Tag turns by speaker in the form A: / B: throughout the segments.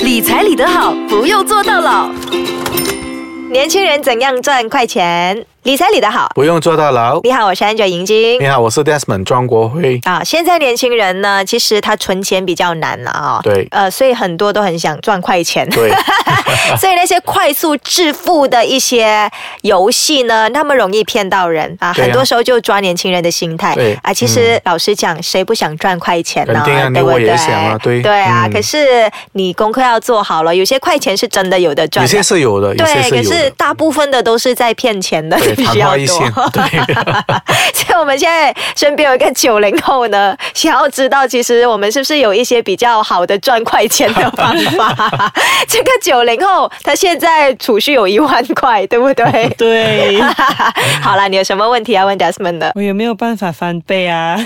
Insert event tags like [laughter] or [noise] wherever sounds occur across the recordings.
A: 理财理得好，不用做到老。
B: 年轻人怎样赚快钱？理财理得好。
C: 不用坐大牢。
B: 你好，我是 Angel 银晶
C: 你。好，我是 Desmond 庄国辉。
B: 啊，现在年轻人呢，其实他存钱比较难了啊、 [laughs]
C: 对
B: 呃，所以很多都很想赚快
C: [laughs]
B: 钱。
C: 对，
B: 所以那些快速致富的一些游戏呢，那么容易骗到人啊，
C: 对啊
B: 很多时候就抓年轻人的心态。
C: 对嗯
B: 啊，其实老实讲，谁不想赚快钱呢？
C: 肯定
B: 对
C: 啊你
B: 不
C: 我
B: 对？
C: 也想啊对
B: 啊，
C: 嗯
B: 可是你功课要做好了，有些快钱是真的有的赚
C: 有
B: 的。
C: 些是有的，有些
B: 对，
C: 是
B: 可
C: 有
B: 是
C: 的。
B: [laughs] 大部分的都是在骗钱的， [laughs]
C: 对
B: 你必须
C: 昙
B: 要
C: 花
B: 多。
C: 一现
B: 所以我们现在身边有一个九零后呢，想要知道其实我们是不是有一些比较好的赚快钱的方
C: [laughs]
B: 法。这个九零后他现在储蓄有一万块，对不
C: [laughs]
B: 对？
D: 对，
B: 好了，你有什么问题要问 Desmond 的？
D: 我有没有办法翻倍啊？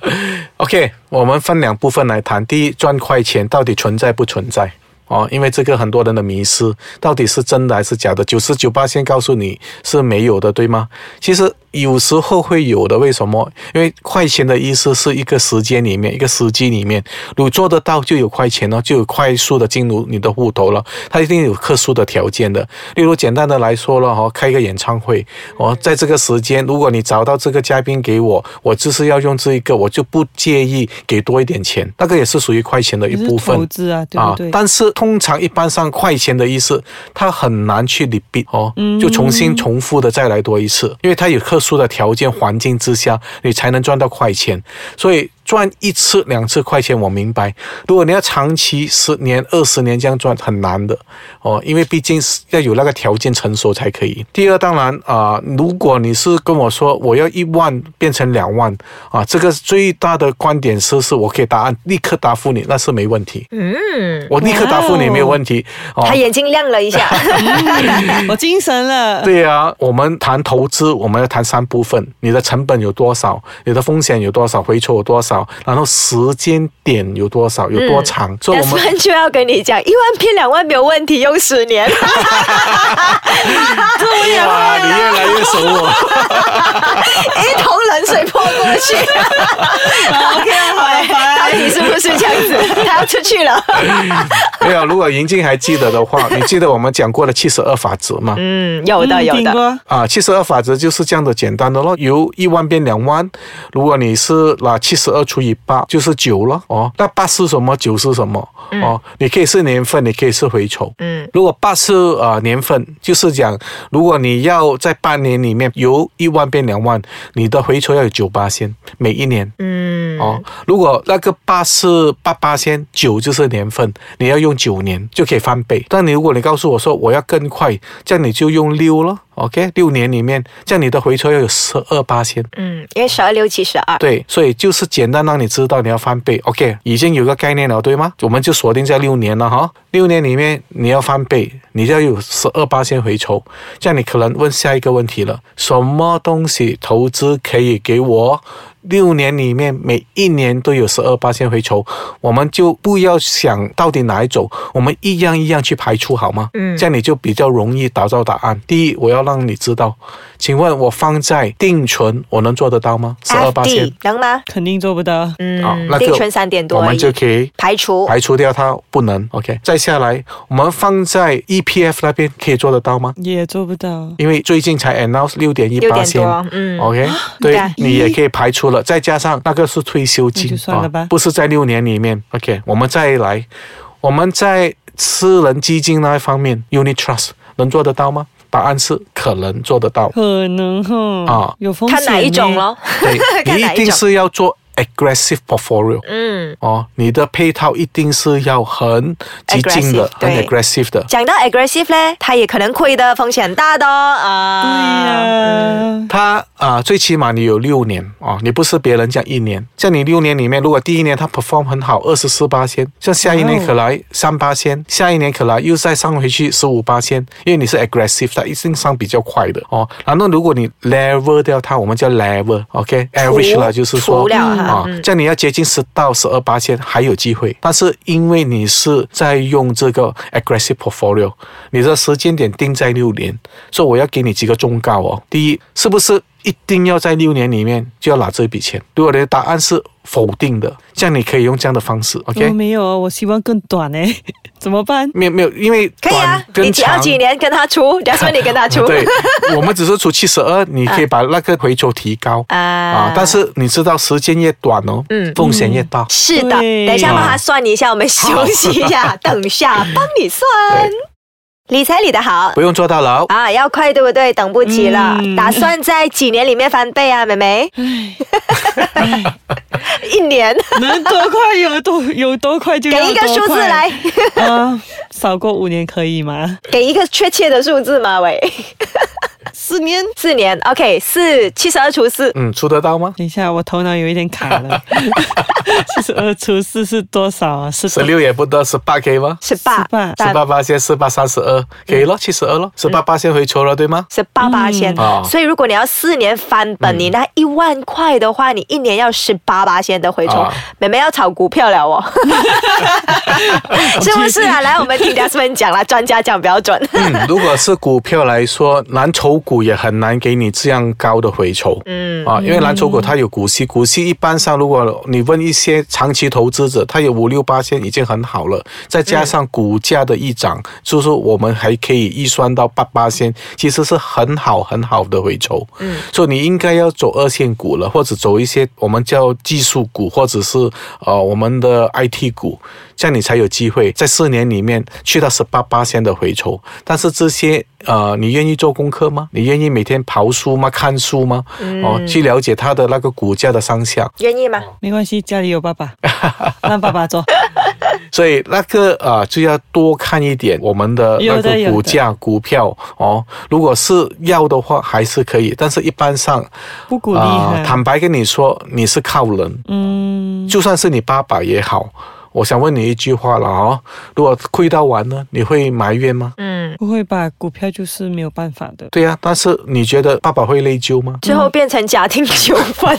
C: [laughs] OK，我们分两部分来谈。第一，赚快钱到底存在不存在？哦，因为这个很多人的迷失，到底是真的还是假的？九十九八先告诉你是没有的，对吗？其实有时候会有的，为什么？因为快钱的意思是一个时间里面，一个时机里面，你做得到就有快钱了，就有快速的进入你的户头了。它一定有特殊的条件的。例如，简单的来说了哈，开一个演唱会，哦，在这个时间，如果你找到这个嘉宾给我，我就是要用这一个，我就不介意给多一点钱，那个也是属于快钱的一
D: 就是
C: 部分。
D: 投资啊，对不对？
C: 但是通常一般上快钱的意思，它很难去 r e 哦，就重新重复的再来多一次，因为它有特殊的条件环境之下，你才能赚到快钱，所以。赚一次两次快钱，我明白。如果你要长期十年、二十年这样赚，很难的哦，因为毕竟是要有那个条件成熟才可以。第二，当然啊、如果你是跟我说我要一万变成两万啊，这个最大的观点是，是我可以答案立刻答复你，那是没问题。我立刻答复你没有问题。哦嗯
B: 他眼睛亮了一
C: [laughs]
B: 下，
D: 我精神了。
C: 对呀、我们谈投资，我们要谈三部分：你的成本有多少，你的风险有多少，回酬有多少，然后时间点有多少，有多
B: 嗯
C: 长。所
B: [laughs]
C: 以我们
B: Desmond 就要跟你讲，一万骗两万没有问题，用十年。
C: 哇，你越来越熟我。 [laughs]
B: 一桶冷水泼过去。OK，好
D: 哦
B: 了，到底是不是这样子？他要出去了。
C: 没有，如果银静还记得的话，你记得我们讲过的七十二法则吗？
B: 嗯，有的，
D: 嗯
B: 有
D: 听
B: 的。
D: 过
C: 啊，七十二法则就是这样的简单的咯，由一万变两万，如果你是拿七十二除以八，就是九了哦。那八是什么？九是什么？哦，你可以是年份，你可以是回酬。
B: 嗯，
C: 如果八是呃年份，就是讲如果你要在半年里面由一万变两万，你的回酬要有九八先，每一年。
B: 嗯，
C: 哦，如果那个八是八八先，九就是年份，你要用九年就可以翻倍。但你如果你告诉我说我要更快，这样你就用六了，OK？六年里面，这样你的回抽要有十二八先。
B: 嗯，因为十二六七十二。
C: 对，所以就是简单让你知道你要翻倍，OK？已经有个概念了，对吗？我们就锁定在六年了哈，六年里面你要翻倍，你就要有十二八先回抽。这样你可能问下一个问题了：什么东西投资可以给我六年里面每一年都有十二八先回抽？我们就不要想到底哪一种，我们一样一样去排除好吗？
B: 嗯
C: 这样你就比较容易打造答案。第一，我要让你知道，请问我放在定存，我能做得到吗？十二八先
B: FD。能吗？
D: 肯定做不到。
C: 啊
B: 嗯，
C: 那个
B: 定存三点多
C: 我
B: 而
C: 们就
B: 已，
C: 可以
B: 排除。
C: 排除掉它不能。OK，再下来，我们放在 EPF 那边可以做得到吗？
D: 也做不到，
C: 因为最近才 announce 六点一
B: 六
C: 八
B: 点
C: 千
B: 多，嗯
C: ，OK，对
B: 对
C: 你也可以排除了，再加上那个是退休
D: 那
C: 金啊
D: 就算了吧
C: 不是在六年里面，OK，我们再来，我们在私人基金那一方面，unit trust 能做得到吗？答案是可能做得到。
D: 可能哈。
C: 啊
D: 有风险。
B: 看哪一种？咯？
C: 对，
B: [laughs] 看
C: 你
B: 哪
C: 一
B: 一
C: 定
B: 种
C: 是要做 aggressive portfolio，
B: 嗯，
C: 哦，你的配套一定是要很激进的
B: Aggressive，、
C: 很
B: 对
C: aggressive 的。
B: 讲到 aggressive 呢，他也可能亏的，风险大的哦啊。
D: 对呀。
C: 它啊、最起码你有六年啊、你不是别人讲一年，像你六年里面，如果第一年它 perform 很好，二十四八仙，像下一年
D: 哇哦
C: 可来三八仙，下一年可来又再上回去十五八仙，因为你是 aggressive，它一定上比较快的哦。然后如果你 level 掉它，我们叫 level，OK，average、了，就是说
B: 除了哈
C: 啊，这样你要接近十到十二八千还有机会，但是因为你是在用这个 aggressive portfolio，你的时间点定在六年，所以我要给你几个忠告哦。第一，是不是一定要在六年里面就要拿这笔钱。如果你的答案是否定的，这样你可以用这样的方式，OK？、
D: 我
B: 嗯
D: 没有哦，我希望更短
C: [laughs]
D: 哎，怎么办？
C: 没有没有，因为
B: 可以啊
C: 短，
B: 你
C: 跟
B: 只要
C: 长。啊
B: 几年跟他
C: [laughs]
B: 出，假设你跟他出，
C: 对，我们只是出七十二，你可以把那个回酬提高
B: 啊嗯
C: 但是你知道时间越短哦，风险越大。
B: 是的，
D: 对
B: 等一下帮他算一下，我们休息一
C: [laughs]
B: 下，等一下帮你算。理财理得好
C: 不用做到老，
B: 啊，要快对不对？等不及了，
D: 嗯
B: 打算在几年里面翻倍啊，妹妹？
D: 唉，
B: [laughs] 一年，
D: 能多快有多有多快就
B: 给
D: 要
B: 一个
D: 多
B: 数字
D: 快
B: 来，
D: 啊，少过五年可以吗？
B: 给一个确切的数字嘛，喂，
D: 四年？
B: 四年，OK，四七十二除四，
C: 嗯，出得到吗？
D: 等一下，我头脑有一点卡
C: [laughs]
D: 了。 [laughs] 七十二除四是多少啊？是
C: 十六也不得，十八可以吗？
B: 十八，
D: 18
C: 十
B: 但
C: 八八先四八三十二，可以咯，七十二咯，十八八先回酬了，对吗？
B: 是八八千
C: 嗯，哦
B: 所以如果你要四年翻
C: 嗯
B: 本，你那一万块的话，你一年要十八八千的回酬
C: 啊。
B: 妹妹要炒股票了
C: [laughs]
B: 哦，是不是啊？来，我们听 Jasmine 讲啦，专家讲比较准。
C: 嗯，如果是股票来说，蓝筹股也很难给你这样高的回酬。嗯啊，因为蓝筹股它有股息，股息一般上，如果你问一些长期投资者，它有五六八线已经很好了，再加上股价的一涨，就是我们还可以预算到八八线，其实是很好很好的回酬。嗯，所以你应该要走二线股了，或者走一些我们叫技术股，或者是呃我们的 IT 股，这样你才有机会在四年里面去到十八八线的回酬。但是这些呃，你愿意做功课吗？你愿意每天刨书吗？看书吗？
D: 嗯
C: 哦，去了解它的那个股价的上下。
B: 愿意吗？
D: 没关系，家里有爸爸，让爸爸做。
C: 所以那个呃，就要多看一点我们的那
D: 有的
C: 个
D: 有
C: 股
D: 的
C: 价、股票哦。如果是要的话，还是可以，但是一般上
D: 不鼓励
C: 啊、
D: 哈
C: 坦白跟你说，你是靠人，
D: 嗯，
C: 就算是你八百也好，我想问你一句话了哦，如果亏到完呢，你会埋怨吗？
B: 嗯，
D: 不会吧？股票就是没有办法的。
C: 对呀、啊但是你觉得爸爸会内疚
D: [laughs]
C: 吗？
B: 最后变成家庭纠纷。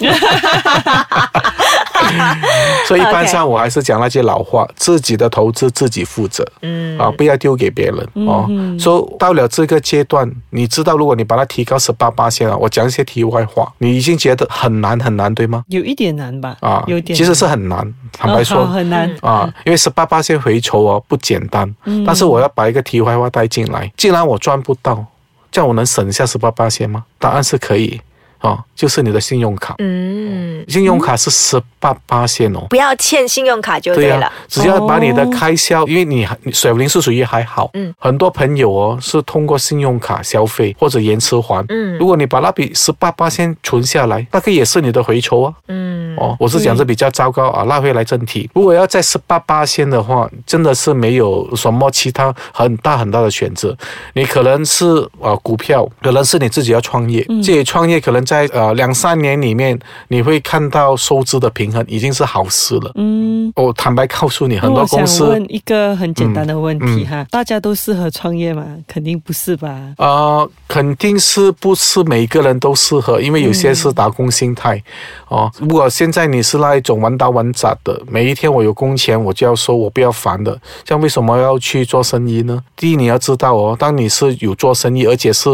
C: 所以一般上我还是讲那句老话，自己的投资自己负责， [laughs] 嗯啊，不要丢给别人哦。
D: 嗯
C: 所、以到了这个阶段，你知道，如果你把它提高十八八线啊，我讲一些题外话，你已经觉得很难很难，对吗？
D: 有一点难吧？
C: 啊，
D: 有点难。
C: 其实是很难，坦白说，
D: 哦好很难。
C: 啊，因为十八八线回酬哦不简单，但是我要把一个题外话带进来，既然我赚不到，这样我能省下十八八线吗？答案是可以啊，就是你的信用卡，
B: 嗯，
C: 信用卡是十八八线哦。
B: 不要欠信用卡就
C: 对啊
B: 对
C: 呀、
B: 了。哦
C: 只要把你的开销，因为你你水灵是属于还好，
B: 嗯，
C: 很多朋友哦是通过信用卡消费或者延迟还，
B: 嗯
C: 如果你把那笔十八八先存下来，那个也是你的回酬啊，
B: 嗯，
C: 哦，我是讲
D: 对
C: 这比较糟糕啊，拉回来正题。如果要在十八八线的话，真的是没有什么其他很大很大的选择。你可能是呃股票，可能是你自己要创业，
B: 嗯
C: 自己创业可能在呃两三年里面，你会看到收支的平衡已经是好事了。
D: 嗯，
C: 我哦坦白告诉你，很
D: 那
C: 多
D: 我想
C: 公司嗯
D: 问一个很简单的问题哈，大家都适合创业吗？肯定不是吧？
C: 呃，肯定是不是每个人都适合，因为有些是打工心态、哦。如果现在你是那一种玩打玩砸的，每一天我有工钱我就要收，我不要烦的，这样为什么要去做生意呢？第一，你要知道哦，当你是有做生意，而且是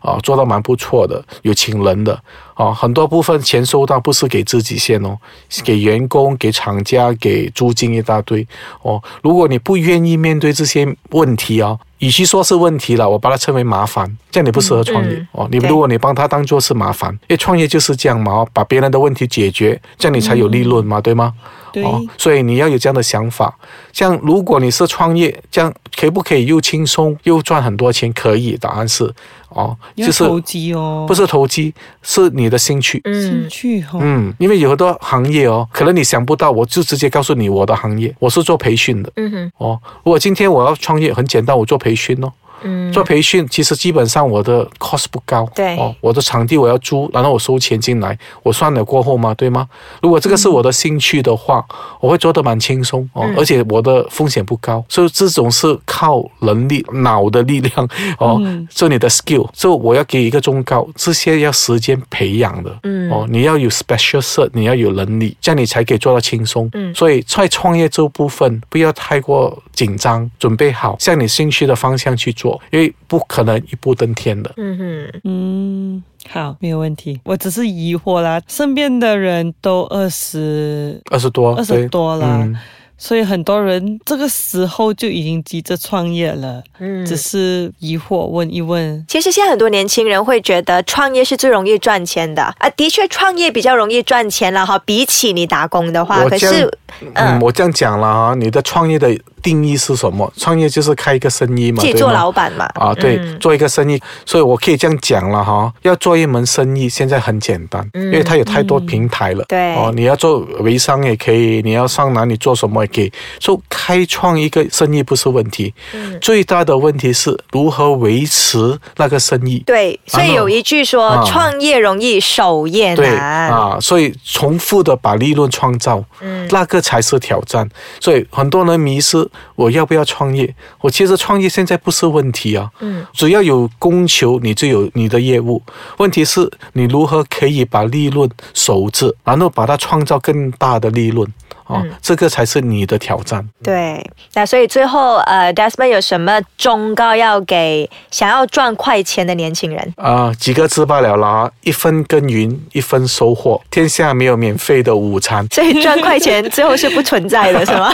C: 啊、呃做到蛮不错的，有请人的啊、哦很多部分钱收到不是给自己先哦，是给员工、给厂家、给租金一大堆哦。如果你不愿意面对这些问题哦，与其说是问题了，我把它称为麻烦，这样你不适合创业、
B: 嗯
C: 哦。你
B: 对
C: 如果你帮他当做是麻烦，因为创业就是这样嘛，哦把别人的问题解决，这样你才有利润嘛，对吗？
D: 对，
C: 哦所以你要有这样的想法。像如果你是创业，这样可不可以又轻松又赚很多钱？可以，答案是哦，
D: 要
C: 就是
D: 投机哦，
C: 不是投机，是你的兴趣。
D: 兴
B: 嗯，
D: 趣哦哈、
C: 嗯，因为有很多行业哦，可能你想不到，我就直接告诉你我的行业，我是做培训的
B: 嗯哼，
C: 哦。如果今天我要创业，很简单，我做培训哦。
B: 嗯，
C: 做培训其实基本上我的 cost 不高，
B: 对
C: 哦，我的场地我要租，然后我收钱进来，我算了过后嘛，对吗？如果这个是我的兴趣的话，我会做得蛮轻松哦，
B: 嗯
C: 而且我的风险不高，所以这种是靠能力、脑的力量哦，
B: 嗯
C: 做你的 skill，所以我要给一个忠告，这些要时间培养的，嗯，哦，你要有 special set，你要有能力，这样你才可以做到轻松，
B: 嗯
C: 所以在创业这部分不要太过紧张，准备好向你兴趣的方向去做，做，因为不可能一步登天的。
B: 嗯哼，
D: 嗯，好，没有问题。我只是疑惑啦，身边的人都二十
C: 二十多，
D: 二
C: 哦对
D: 十多了。
C: 嗯
D: 所以很多人这个时候就已经急着创业了，
B: 嗯
D: 只是疑惑问一问。
B: 其实现在很多年轻人会觉得创业是最容易赚钱的啊，的确创业比较容易赚钱了哈，比起你打工的话，
C: 我
B: 啊可
C: 这样
B: 是
C: 嗯，我这样讲了啊，你的创业的定义是什么？创业就是开一个生意嘛，
B: 自己
C: 对
B: 做
C: 吗
B: 老板嘛，嗯
C: 啊，对，做一个生意，所以我可以这样讲了哈，要做一门生意，现在很简单，因为它有太多平台了。
B: 嗯对
C: 哦，你要做微商也可以，你要上哪里做什么也可以，所以开创一个生意不是问题，
B: 嗯
C: 最大的问题是如何维持那个生意。
B: 对，所以有一句说、
C: 啊
B: 创业容易守业
C: 对
B: 难，
C: 啊，所以重复的把利润创造，
B: 嗯
C: 那个才是挑战。所以很多人迷失，我要不要创业？我其实创业现在不是问题啊，
B: 嗯，
C: 只要有供求，你就有你的业务。问题是你如何可以把利润守着，然后把它创造更大的利润啊，
B: 嗯
C: 这个才是你的挑战。
B: 对，那所以最后呃，Desmond 有什么忠告要给想要赚快钱的年轻人？
C: 啊、几个字罢了啦，一分耕耘一分收获，天下没有免费的午餐。
B: 所以赚快钱最后是不存在的，是吗？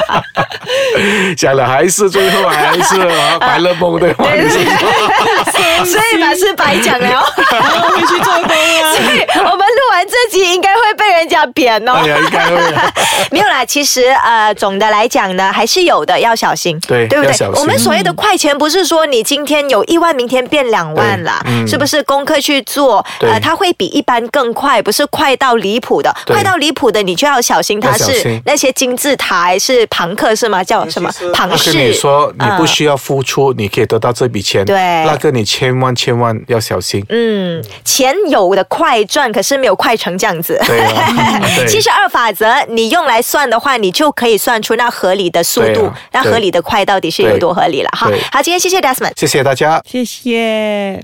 B: [laughs]
C: 讲了还是最后还是啊，白日梦对吗？你是说
B: [laughs] 所以嘛是白讲了。
D: 我回去做工
B: [laughs] 所
D: 了。
B: 以我们录完这集应该会被人家扁哦
C: 哎。呀，应该会。
B: 没有啦，其实呃，总的来讲呢，还是有的，要小心，
C: 对
B: 对不
C: 要小
B: 对？
C: 心
B: 我们所谓的快钱，不是说你今天有一万，明天变两万啦，
C: 对嗯
B: 是不是？功课去做，呃
C: 对
B: 它会比一般更快，不是快到离谱的，
C: 对
B: 快到离谱的你就要小心，它
C: 要小
B: 是
C: 心啊
B: 那些金字塔还是庞克是吗？叫什么庞
C: 那
B: 氏？
C: 跟你说，你不
B: 嗯
C: 需要付出，你可以得到这笔钱。
B: 对
C: 那个你千万千万要小心。
B: 嗯，钱有的快赚，可是没有快成这样子。
C: 对
B: [laughs]
C: 啊，对
B: 七十二法则，你用来算的话，你就可以算出那合理的速
C: 对
B: 度，
C: 啊
B: 那合理的快到底是有多合理了哈
C: 对。
B: 好，今天谢谢 Desmond。
C: 谢谢大家。
D: 谢谢。